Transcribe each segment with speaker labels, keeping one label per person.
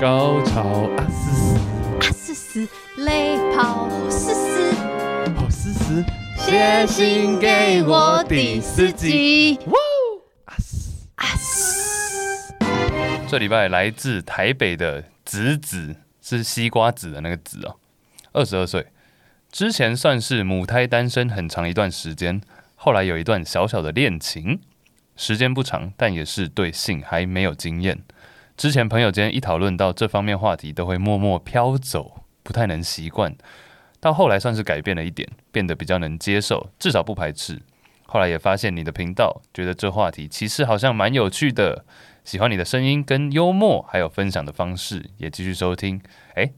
Speaker 1: 高潮啊嘶嘶，
Speaker 2: 啊嘶嘶，泪跑好嘶嘶，哦
Speaker 1: 好嘶嘶，
Speaker 2: 写信给我第四集。
Speaker 1: 哇哦啊嘶
Speaker 2: 啊嘶，
Speaker 3: 这礼拜来自台北的子子是西瓜子的那个子哦，二十二岁，之前算是母胎单身很长一段时间，后来有一段小小的恋情，时间不长，但也是对性还没有经验。之前朋友间一讨论到这方面话题，都会默默飘走，不太能习惯。到后来算是改变了一点，变得比较能接受，至少不排斥。后来也发现你的频道，觉得这话题其实好像蛮有趣的，喜欢你的声音跟幽默，还有分享的方式，也继续收听。哎，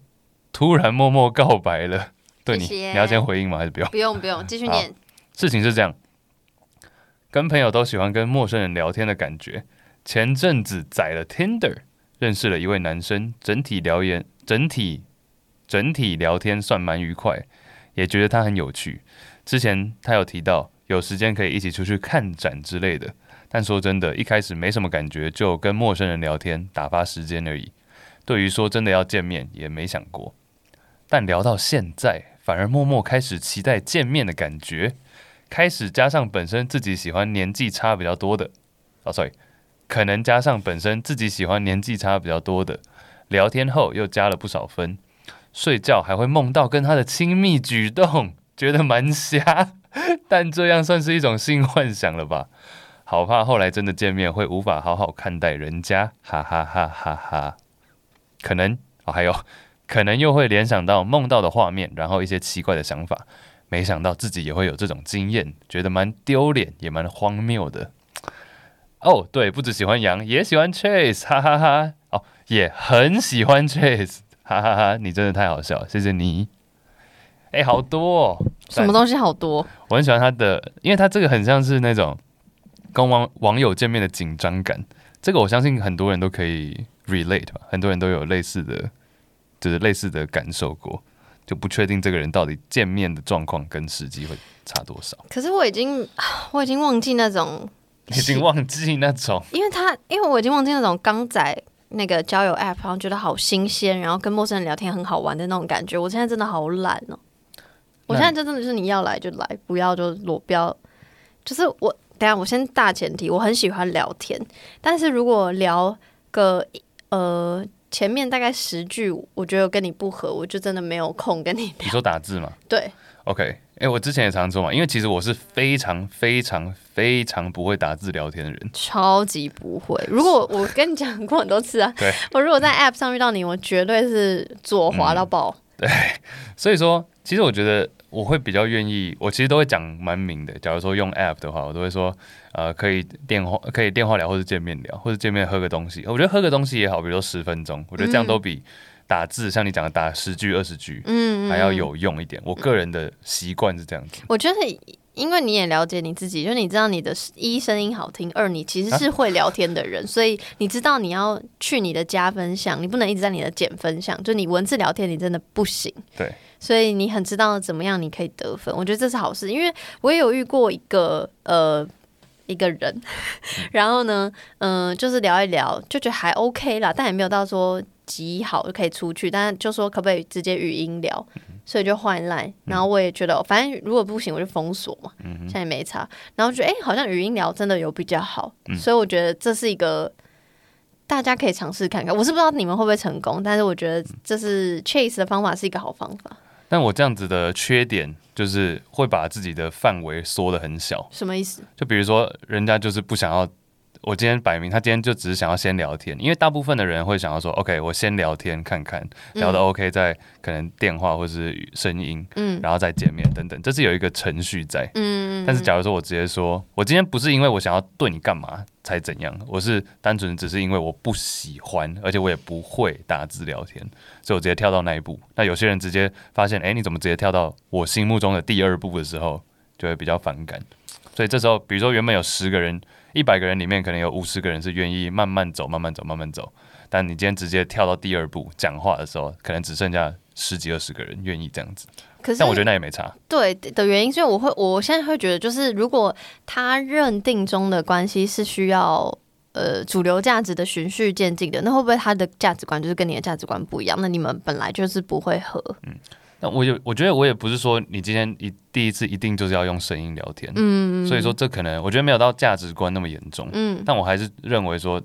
Speaker 3: 突然默默告白了，对你，
Speaker 2: 谢谢
Speaker 3: 你要先回应吗？还是不用？
Speaker 2: 不用不用，继续念。
Speaker 3: 事情是这样，跟朋友都喜欢跟陌生人聊天的感觉。前阵子载了 Tinder，认识了一位男生，整体聊言整体整体聊天算蛮愉快，也觉得他很有趣。之前他有提到有时间可以一起出去看展之类的，但说真的，一开始没什么感觉，就跟陌生人聊天打发时间而已。对于说真的要见面，也没想过。但聊到现在，反而默默开始期待见面的感觉。开始加上本身自己喜欢年纪差比较多的，啊、s o r r y 可能加上本身自己喜欢年纪差比较多的，聊天后又加了不少分，睡觉还会梦到跟他的亲密举动，觉得蛮瞎， 但这样算是一种性幻想了吧？好怕后来真的见面会无法好好看待人家，哈哈哈哈哈。可能、哦、还有，可能又会联想到梦到的画面，然后一些奇怪的想法，没想到自己也会有这种经验，觉得蛮丢脸，也蛮荒谬的。哦，对，不只喜欢羊，也喜欢 Chase，哈哈哈哦，也很喜欢 Chase，哈哈哈！你真的太好笑了，谢谢你。哎，好多、哦，
Speaker 2: 什么
Speaker 3: 都，
Speaker 2: 东西好多？
Speaker 3: 我很喜欢他的，因为他这个很像是那种跟网网友见面的紧张感，这个我相信很多人都可以 relate 吧，很多人都有类似的，就是类似的感受过，就不确定这个人到底见面的状况跟时机会差多少。
Speaker 2: 可是我已经啊我已经忘记那种，
Speaker 3: 已经忘记那种，
Speaker 2: 因为他因为我已经忘记那种刚载那个交友 app，然后觉得好新鲜，然后跟陌生人聊天很好玩的那种感觉。我现在真的好懒哦、我现在就真的就是你要来就来，不要就裸标。就是我等一下我先大前提，我很喜欢聊天，但是如果聊个呃前面大概十句，我觉得跟你不合，我就真的没有空跟你
Speaker 3: 你说打字吗？
Speaker 2: 对。
Speaker 3: OK，哎、我之前也常说嘛，因为其实我是非常非常非常不会打字聊天的人，
Speaker 2: 超级不会。如果我跟你讲过很多次啊，
Speaker 3: 对
Speaker 2: 我 如果在 App 上遇到你，我绝对是左滑到爆。
Speaker 3: 所以说，其实我觉得我会比较愿意，我其实都会讲蛮明的。假如说用 App 的话，我都会说，呃，可以电话可以电话聊，或者见面聊，或者见面喝个东西。我觉得喝个东西也好，比如说十分钟，我觉得这样都比打字、像你讲的打十句二十句
Speaker 2: 嗯，嗯
Speaker 3: 还要。有用一点。我个人的习惯是这样子。
Speaker 2: 我觉得因为你也了解你自己，就是你知道你的一声音好听，二你其实是会聊天的人，所以你知道你要去你的加分项，你不能一直在你的减分项，就你文字聊天你真的不行。
Speaker 3: 对，
Speaker 2: 所以你很知道怎么样你可以得分，我觉得这是好事，因为我也有遇过一个呃。一个人， 然后呢，嗯、就是聊一聊，就觉得还 OK 啦，但也没有到说极好就可以出去，但就说可不可以直接语音聊，所以就换 line，然后
Speaker 3: 嗯
Speaker 2: 我也觉得，反正如果不行我就封锁嘛，现在也没差，然后觉得哎、诶好像语音聊真的有比较好，
Speaker 3: 嗯
Speaker 2: 所以我觉得这是一个大家可以尝试看看，我是不知道你们会不会成功，但是我觉得这是 Chase 的方法是一个好方法，
Speaker 3: 但我这样子的缺点就是会把自己的范围缩得很小。
Speaker 2: 什么意思？
Speaker 3: 就比如说，人家就是不想要，我今天摆明他今天就只是想要先聊天，因为大部分的人会想要说，OK，我先聊天看看，聊到 OK 再可能电话或是声音，
Speaker 2: 嗯
Speaker 3: 然后再见面等等，这是有一个程序在。
Speaker 2: 嗯，
Speaker 3: 但是假如说我直接说，我今天不是因为我想要对你干嘛才怎样，我是单纯只是因为我不喜欢，而且我也不会打字聊天，所以我直接跳到那一步。那有些人直接发现，哎，你怎么直接跳到我心目中的第二步的时候，就会比较反感。所以这时候，比如说原本有十个人、一百个人里面，可能有五十个人是愿意慢慢走、慢慢走、慢慢走，但你今天直接跳到第二步讲话的时候，可能只剩下十几二十个人愿意这样子。
Speaker 2: 可是
Speaker 3: 但我觉得那也没差。
Speaker 2: 对的原因，是因为我会，我现在会觉得，就是如果他认定中的关系是需要呃主流价值的循序渐进的，那会不会他的价值观就是跟你的价值观不一样？那你们本来就是不会合，
Speaker 3: 那我有，我觉得我也不是说你今天一第一次一定就是要用声音聊天，
Speaker 2: 嗯，
Speaker 3: 所以说这可能我觉得没有到价值观那么严重，
Speaker 2: 嗯
Speaker 3: 但我还是认为说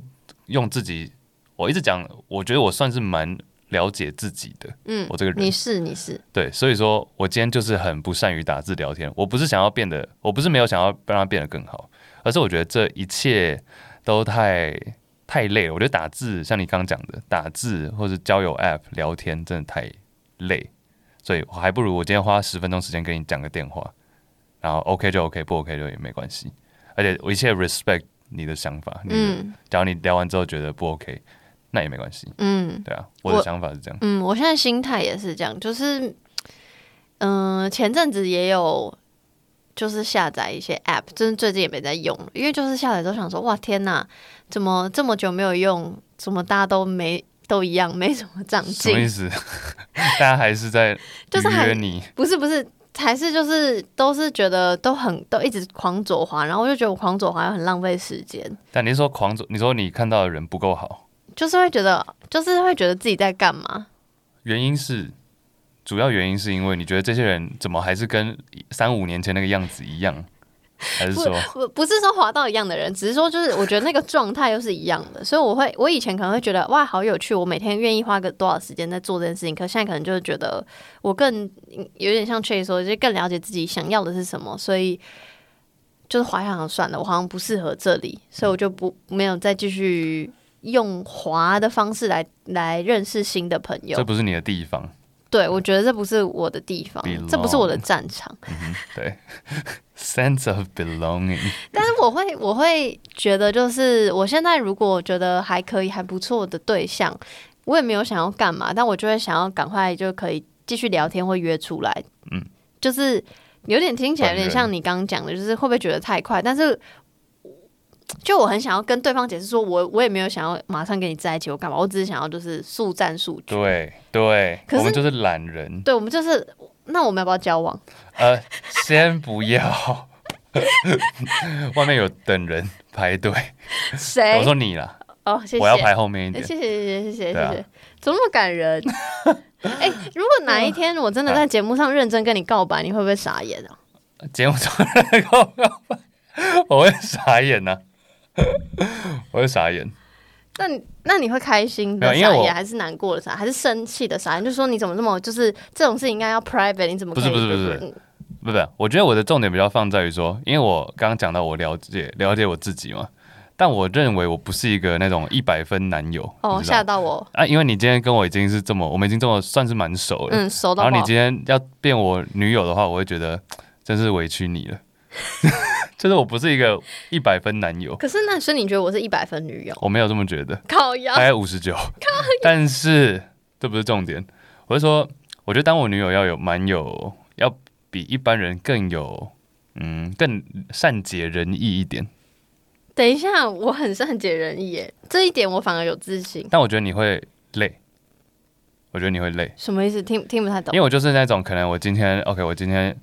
Speaker 3: 用自己，我一直讲，我觉得我算是蛮了解自己的，
Speaker 2: 嗯
Speaker 3: 我，这个人
Speaker 2: 你是你是，
Speaker 3: 对，所以说我今天就是很不善于打字聊天，我不是想要变得，我不是没有想要让它变得更好，而是我觉得这一切都太太累了。我觉得打字，像你刚刚讲的，打字或者交友 App 聊天真的太累，所以我还不如我今天花十分钟时间跟你讲个电话，然后 OK 就 OK，不 OK 就也没关系。而且我一切 respect 你的想法，你的
Speaker 2: 嗯
Speaker 3: 假如你聊完之后觉得不 OK，那也没关系，
Speaker 2: 嗯
Speaker 3: 对啊，我的
Speaker 2: 我
Speaker 3: 想法是这样，
Speaker 2: 嗯，我现在心态也是这样，就是嗯、前阵子也有。就是下载一些 app，真的最近也没在用，因为就是下载都想说，哇天呐，怎么这么久没有用？怎么大家都没都一样，没什么长
Speaker 3: 什么
Speaker 2: 嗯进
Speaker 3: 意？思？ 大家还是在
Speaker 2: 就是
Speaker 3: 预约
Speaker 2: 还
Speaker 3: 你。
Speaker 2: 不是不是，还是就是都是觉得都很都一直狂左滑，然后我就觉得我狂左滑很浪费时间，
Speaker 3: 但你是说狂走，你说你看到的人不够好，
Speaker 2: 就是会觉得就是会觉得自己在干嘛。
Speaker 3: 原因是主要原因是因为你觉得这些人怎么还是跟三五年前那个样子一样，还是说
Speaker 2: 不不是说滑到一样的人，只是说就是我觉得那个状态又是一样的，所 以我会我以前可能会觉得哇好有趣，我每天愿意花个多少时间在做这件事情，可现在可能就是觉得我更有点像 Trey 说，就是更了解自己想要的是什么，所以就是滑想算了，我好像不适合这里，所以我就不没有再继续用滑的方式来来认识新的朋友
Speaker 3: 这。不是你的地方？
Speaker 2: 对，我觉得这不是我的地方
Speaker 3: Belong，
Speaker 2: 这不是我的战场。
Speaker 3: 嗯哼，对，sense of belonging，
Speaker 2: 但是我会，我会觉得，就是我现在如果觉得还可以、还不错的对象，我也没有想要干嘛，但我就会想要赶快就可以继续聊天或约出来。
Speaker 3: 嗯，
Speaker 2: 就是有点听起来有点
Speaker 3: 本人
Speaker 2: 像你刚刚讲的，就是会不会觉得太快？但是就我很想要跟对方解释说我我也没有想要马上跟你在一起，我干嘛？我只是想要就是速战速决。
Speaker 3: 对对，
Speaker 2: 可是
Speaker 3: 我们就是懒人，
Speaker 2: 对，我们就是那我们要不要交往？
Speaker 3: 呃，先不要， 外面有等人排队，
Speaker 2: 谁
Speaker 3: 我？说你啦，
Speaker 2: 哦，哎谢谢。
Speaker 3: 我要排后面一
Speaker 2: 哎
Speaker 3: 点，
Speaker 2: 谢谢谢谢谢谢谢
Speaker 3: 对啊
Speaker 2: 谢，怎么那么感 人？哎、如果哪
Speaker 3: 嗯
Speaker 2: 一天我真的在节目上认真跟你告白，你会不会傻眼啊？
Speaker 3: 节目中人告告白，我会傻眼呐、我会傻眼。
Speaker 2: 那你那你会开心的
Speaker 3: 没有因
Speaker 2: 傻
Speaker 3: 为我
Speaker 2: 眼，还是难过的傻眼，还是生气的傻眼？就说你怎么这么就是这种事应该要 private，你怎么可以
Speaker 3: 不是不是不是
Speaker 2: 嗯
Speaker 3: 不不，我觉得我的重点比较放在于说，因为我刚刚讲到我了解了解我自己嘛，但我认为我不是一个那种一百分男友。
Speaker 2: 哦
Speaker 3: 你知道
Speaker 2: 吓到我，
Speaker 3: 啊！因为你今天跟我已经是这么，我们已经这么算是蛮熟了。
Speaker 2: 嗯，熟到
Speaker 3: 然后你
Speaker 2: 爆。
Speaker 3: 今天要变我女友的话，我会觉得真是委屈你了。 就是我不是一个一百分男友，
Speaker 2: 可是那所以你觉得我是一百分 女友？
Speaker 3: 我没有这么觉得。
Speaker 2: 靠腰
Speaker 3: 大，概五十九。但是这不是重点，我是说，我觉得当我女友要有蛮有，要比一般人更有，嗯，更善解人意一点。
Speaker 2: 等一下，我很善解人意耶，这一点我反而有自信。
Speaker 3: 但我觉得你会累，我觉得你会累，
Speaker 2: 什么意思？听听不太懂
Speaker 3: 因为。我就是那种可能我今天 OK，我今天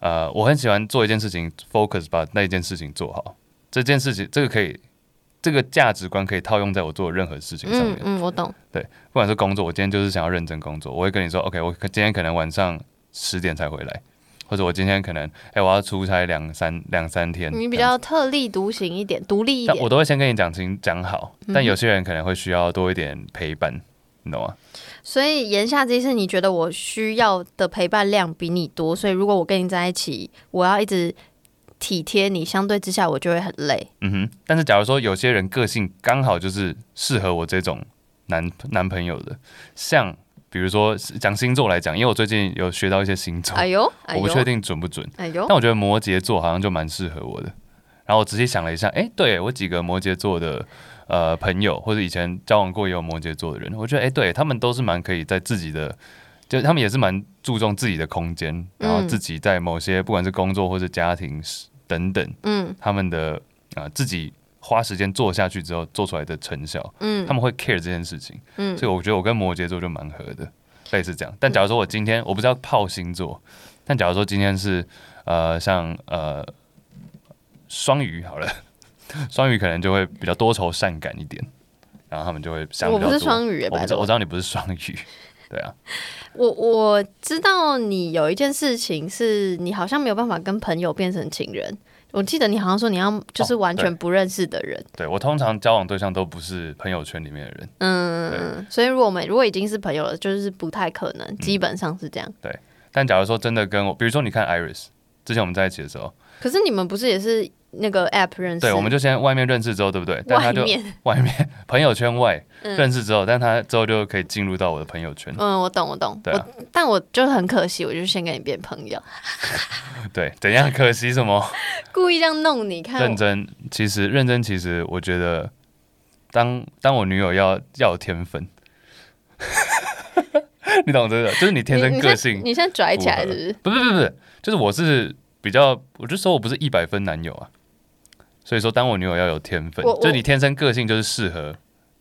Speaker 3: 呃，我很喜欢做一件事情，focus 把那一件事情做好。这件事情，这个可以，这个价值观可以套用在我做任何事情上面。
Speaker 2: 嗯嗯，我懂。
Speaker 3: 不管是工作，我今天就是想要认真工作，我会跟你说，OK，我可今天可能晚上十点才回来，或者我今天可能，哎、我要出差两三两三天，
Speaker 2: 你比
Speaker 3: 这样
Speaker 2: 较
Speaker 3: 子，
Speaker 2: 特立独行一点，独立一
Speaker 3: 但
Speaker 2: 点
Speaker 3: 我。都会先跟你讲清讲好，
Speaker 2: 嗯
Speaker 3: 但有些人可能会需要多一点陪伴，你懂吗？
Speaker 2: 所以言下之意是你觉得我需要的陪伴量比你多，所以如果我跟你在一起，我要一直体贴你，相对之下我就会很累。
Speaker 3: 嗯哼，但是假如说有些人个性刚好就是适合我这种男男朋友的，像比如说讲星座来讲，因为我最近有学到一些星座，
Speaker 2: 哎呦，哎
Speaker 3: 我
Speaker 2: 呦，
Speaker 3: 不确定准不准，
Speaker 2: 哎呦
Speaker 3: 但，我觉得摩羯座好像就蛮适合我的。然后我仔细想了一下，哎，对我几个摩羯座的呃朋友，或者以前交往过也有摩羯座的人，我觉得哎，对他们都是蛮可以在自己的，就他们也是蛮注重自己的空间，然后自己在某些不管是工作或者家庭等等，
Speaker 2: 嗯
Speaker 3: 他们的啊、呃自己花时间做下去之后做出来的成效，
Speaker 2: 嗯
Speaker 3: 他们会 care 这件事情，
Speaker 2: 嗯
Speaker 3: 所以我觉得我跟摩羯座就蛮合的，类似这样。但假如说我今天我不是要泡星座，但假如说今天是呃像呃双鱼好了， 双鱼可能就会比较多愁善感一点，然后他们就会想比
Speaker 2: 我
Speaker 3: 较多。
Speaker 2: 不是双鱼耶，
Speaker 3: 我
Speaker 2: 白
Speaker 3: 知道
Speaker 2: 露
Speaker 3: 我知道你不是双鱼， 对啊，
Speaker 2: 我我知道你有一件事情是你好像没有办法跟朋友变成情人。我记得你好像说你要就是
Speaker 3: 哦
Speaker 2: 完全
Speaker 3: 对
Speaker 2: 不认识的人，
Speaker 3: 哦对我通常交往对象都不是朋友圈里面的人，
Speaker 2: 嗯，所以如果我们如果已经是朋友了，就是不太可
Speaker 3: 嗯
Speaker 2: 能，基本上是这样。
Speaker 3: 但假如说真的跟我，比如说你看 Iris，之前我们在一起的时候，
Speaker 2: 可是你们不是也是那个 app 认识？
Speaker 3: 对，我们就先外面认识之后，对不对？但他
Speaker 2: 外
Speaker 3: 就
Speaker 2: 面，
Speaker 3: 外面 朋友圈外
Speaker 2: 嗯
Speaker 3: 认识之后，但他之后就可以进入到我的朋友圈，
Speaker 2: 嗯，我懂，我懂，
Speaker 3: 对啊
Speaker 2: 我但我就很可惜，我就先跟你变朋友，
Speaker 3: 对，怎样？可惜什么？
Speaker 2: 故意这样弄你看我，
Speaker 3: 认真，其实认真，其实我觉得当当我女友要要有天分， 你懂这个，就是你天生
Speaker 2: 你
Speaker 3: 个性
Speaker 2: 你现在你现在拽起来是不
Speaker 3: 符合
Speaker 2: 是？
Speaker 3: 不是不是不是，就是我是比较，我就说我不是一百分男友啊，所以说当我女友要有天分
Speaker 2: 我，我
Speaker 3: 就你天生个性就是适合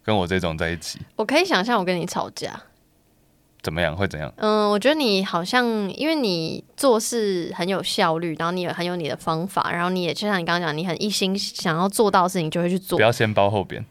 Speaker 3: 跟我这种在一起，
Speaker 2: 我可以想象我跟你吵架，
Speaker 3: 怎么样会怎样？
Speaker 2: 嗯，我觉得你好像因为你做事很有效率，然后你也很有你的方法，然后你也就像你刚刚讲，你很一心想要做到的事情就会去做
Speaker 3: 不，要先包后边，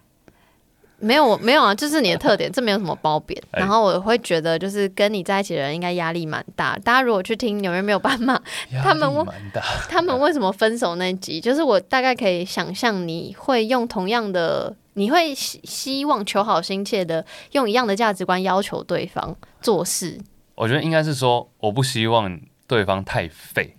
Speaker 2: 没有，我没有啊，这是你的特点，这没有什么褒贬。
Speaker 3: 哎
Speaker 2: 然后我会觉得，就是跟你在一起的人应该压力蛮大。大家如果去听纽约没有斑 马，他们
Speaker 3: 压
Speaker 2: 问
Speaker 3: 力蛮大，
Speaker 2: 他们为什么分手那集，就是我大概可以想象你会用同样的，你会希希望求好心切的用一样的价值观要求对方做事。
Speaker 3: 我觉得应该是说我不希望对方太废，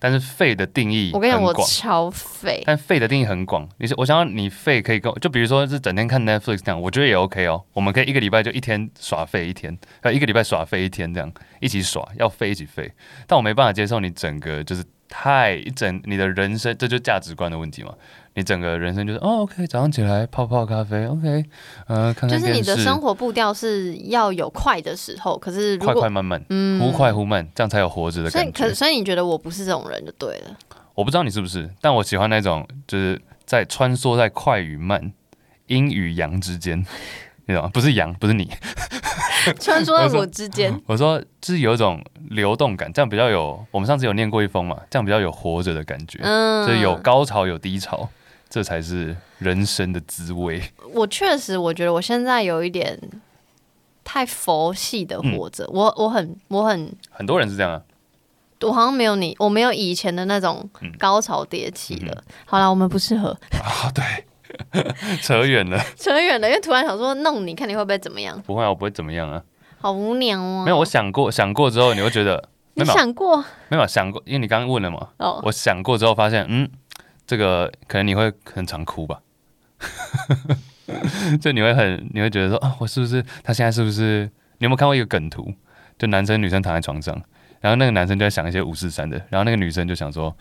Speaker 3: 但是废的定义
Speaker 2: 我跟你讲，
Speaker 3: 很
Speaker 2: 我
Speaker 3: 广
Speaker 2: 超废。
Speaker 3: 但废的定义很广，你是我想要你废可以跟我，就比如说是整天看 Netflix 这样，我觉得也 OK 哦。我们可以一个礼拜就一天耍废一天，呃，一个礼拜耍废一天这样，一起耍，要废一起废。但我没办法接受你整个就是太一整你的人生，这就是价值观的问题嘛。你整个人生就是哦，OK，早上起来泡泡咖啡，OK，呃，看
Speaker 2: 就
Speaker 3: 看
Speaker 2: 是你
Speaker 3: 电
Speaker 2: 的
Speaker 3: 视，
Speaker 2: 生活步调是要有快的时候，可是如
Speaker 3: 快
Speaker 2: 果
Speaker 3: 快慢慢，
Speaker 2: 嗯
Speaker 3: 忽快忽慢，这样才有活着的
Speaker 2: 所以
Speaker 3: 感
Speaker 2: 可
Speaker 3: 觉。
Speaker 2: 所以你觉得我不是这种人就对了。
Speaker 3: 我不知道你是不是，但我喜欢那种就是在穿梭在快与慢、阴与阳之间， 你懂吗？不是阳，不是你，
Speaker 2: 穿梭
Speaker 3: 我
Speaker 2: 在
Speaker 3: 说
Speaker 2: 我之间，
Speaker 3: 我说就是有一种流动感，这样比较有。我们上次有念过一封嘛，这样比较有活着的感觉，
Speaker 2: 嗯，
Speaker 3: 就是有高潮有低潮，这才是人生的滋味。
Speaker 2: 我确实，我觉得我现在有一点太佛系的
Speaker 3: 嗯
Speaker 2: 活着、我我很我很
Speaker 3: 很多人是这样啊，
Speaker 2: 我好像没有你，我没有以前的那种
Speaker 3: 嗯
Speaker 2: 高潮迭起了。好啦，我们不适合
Speaker 3: 扯远了，
Speaker 2: 扯远了，因为突然想说弄你，看你会不会怎么样？
Speaker 3: 不会啊，我不会怎么样啊。
Speaker 2: 好无聊哦。
Speaker 3: 没有，我想过，想过之后你会觉得
Speaker 2: 你
Speaker 3: 没有
Speaker 2: 想过
Speaker 3: 没有啊想过，因为你刚刚问了嘛，
Speaker 2: 哦？
Speaker 3: 我想过之后发现，嗯，这个可能你会很常哭吧， 就你会很你会觉得说啊，我是不是他现在是不是？你有没有看过一个梗图？就男生女生躺在床上，然后那个男生就在想一些五四三的，然后那个女生就想说，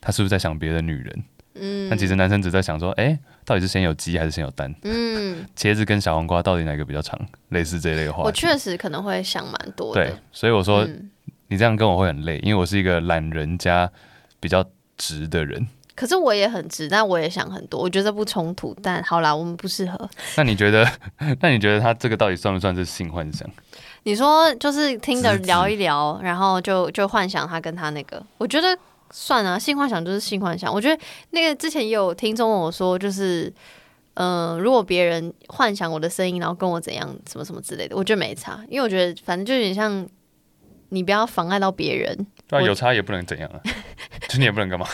Speaker 3: 他是不是在想别的女人？
Speaker 2: 嗯
Speaker 3: 但其实男生只在想说，哎、到底是先有鸡还是先有蛋？
Speaker 2: 嗯，
Speaker 3: 茄子跟小黄瓜到底哪个比较长？类似这类的话
Speaker 2: 我
Speaker 3: 题。
Speaker 2: 确实可能会想蛮多
Speaker 3: 对
Speaker 2: 的。，
Speaker 3: 所以我说、
Speaker 2: 嗯，
Speaker 3: 你这样跟我会很累，因为我是一个懒人加比较直的人。
Speaker 2: 可是我也很直，但我也想很多，我觉得不冲突。但好啦，我们不适合。
Speaker 3: 那你觉得，那你觉得他这个到底算不算是性幻想？
Speaker 2: 你说就是听着
Speaker 3: 直直
Speaker 2: 聊一聊，然后就就幻想他跟他那个，我觉得算啊，性幻想就是性幻想。我觉得那个之前也有听众问我说，就是嗯、呃如果别人幻想我的声音，然后跟我怎样什么什么之类的，我觉得没差，因为我觉得反正就有点像你不要妨碍到别人，
Speaker 3: 对啊，
Speaker 2: 我
Speaker 3: 有差也不能怎样啊， 就你也不能干嘛。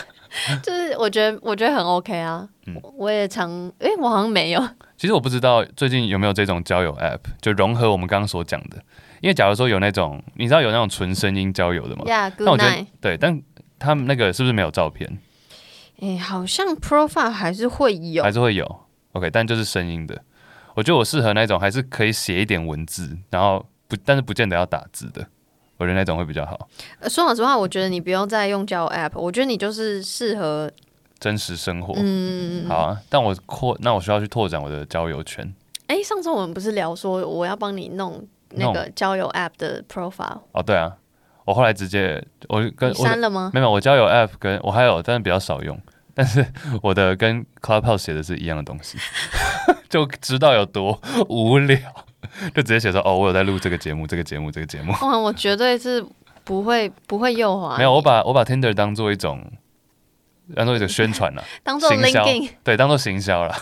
Speaker 2: 就是我觉得我觉得很 OK 啊。
Speaker 3: 嗯哦
Speaker 2: 我也常诶、我好像没有，
Speaker 3: 其实我不知道最近有没有这种交友 App，就融合我们刚刚所讲的。因为假如说有那种，你知道有那种纯声音交友的吗？
Speaker 2: 呀、
Speaker 3: 但我
Speaker 2: yeah,，Good
Speaker 3: 觉
Speaker 2: night
Speaker 3: 得。对，但他们那个是不是没有照片？
Speaker 2: 诶、好像 profile 还是会有
Speaker 3: 还，是会有 OK，但就是声音的。我觉得我适合那种还是可以写一点文字，然后不，但是不见得要打字的。我觉得那种会比较好，
Speaker 2: 呃说老实话，我觉得你不用再用交友 app，我觉得你就是适合，
Speaker 3: 真实生活。
Speaker 2: 嗯，
Speaker 3: 好啊，但我扩，那我需要去拓展我的交友圈。
Speaker 2: 哎，上次我们不是聊说我要帮你弄那个交友 app 的 profile，
Speaker 3: 哦，对啊，我后来直接我跟
Speaker 2: 你
Speaker 3: 我
Speaker 2: 删了吗？
Speaker 3: 没有我交友 app 跟我还有，但是比较少用。但是 我的跟 Clubhouse 写的是一样的东西， 就知道有多无聊，就直接写说哦，我有在录这个节目，这个节目，这个节目。
Speaker 2: 哇，我绝对是不会不会右滑，
Speaker 3: 没有，我把我把 Tinder 当做一种当做一个宣传啦，
Speaker 2: 当做
Speaker 3: 行销
Speaker 2: linking，
Speaker 3: 对，当做行销啦。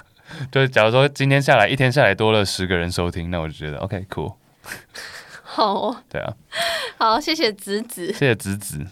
Speaker 3: 就是假如说今天下来一天下来多了十个人收听，那我就觉得 OK cool，
Speaker 2: 好哦
Speaker 3: 对啊，
Speaker 2: 好，谢谢子子。
Speaker 3: 谢谢子子，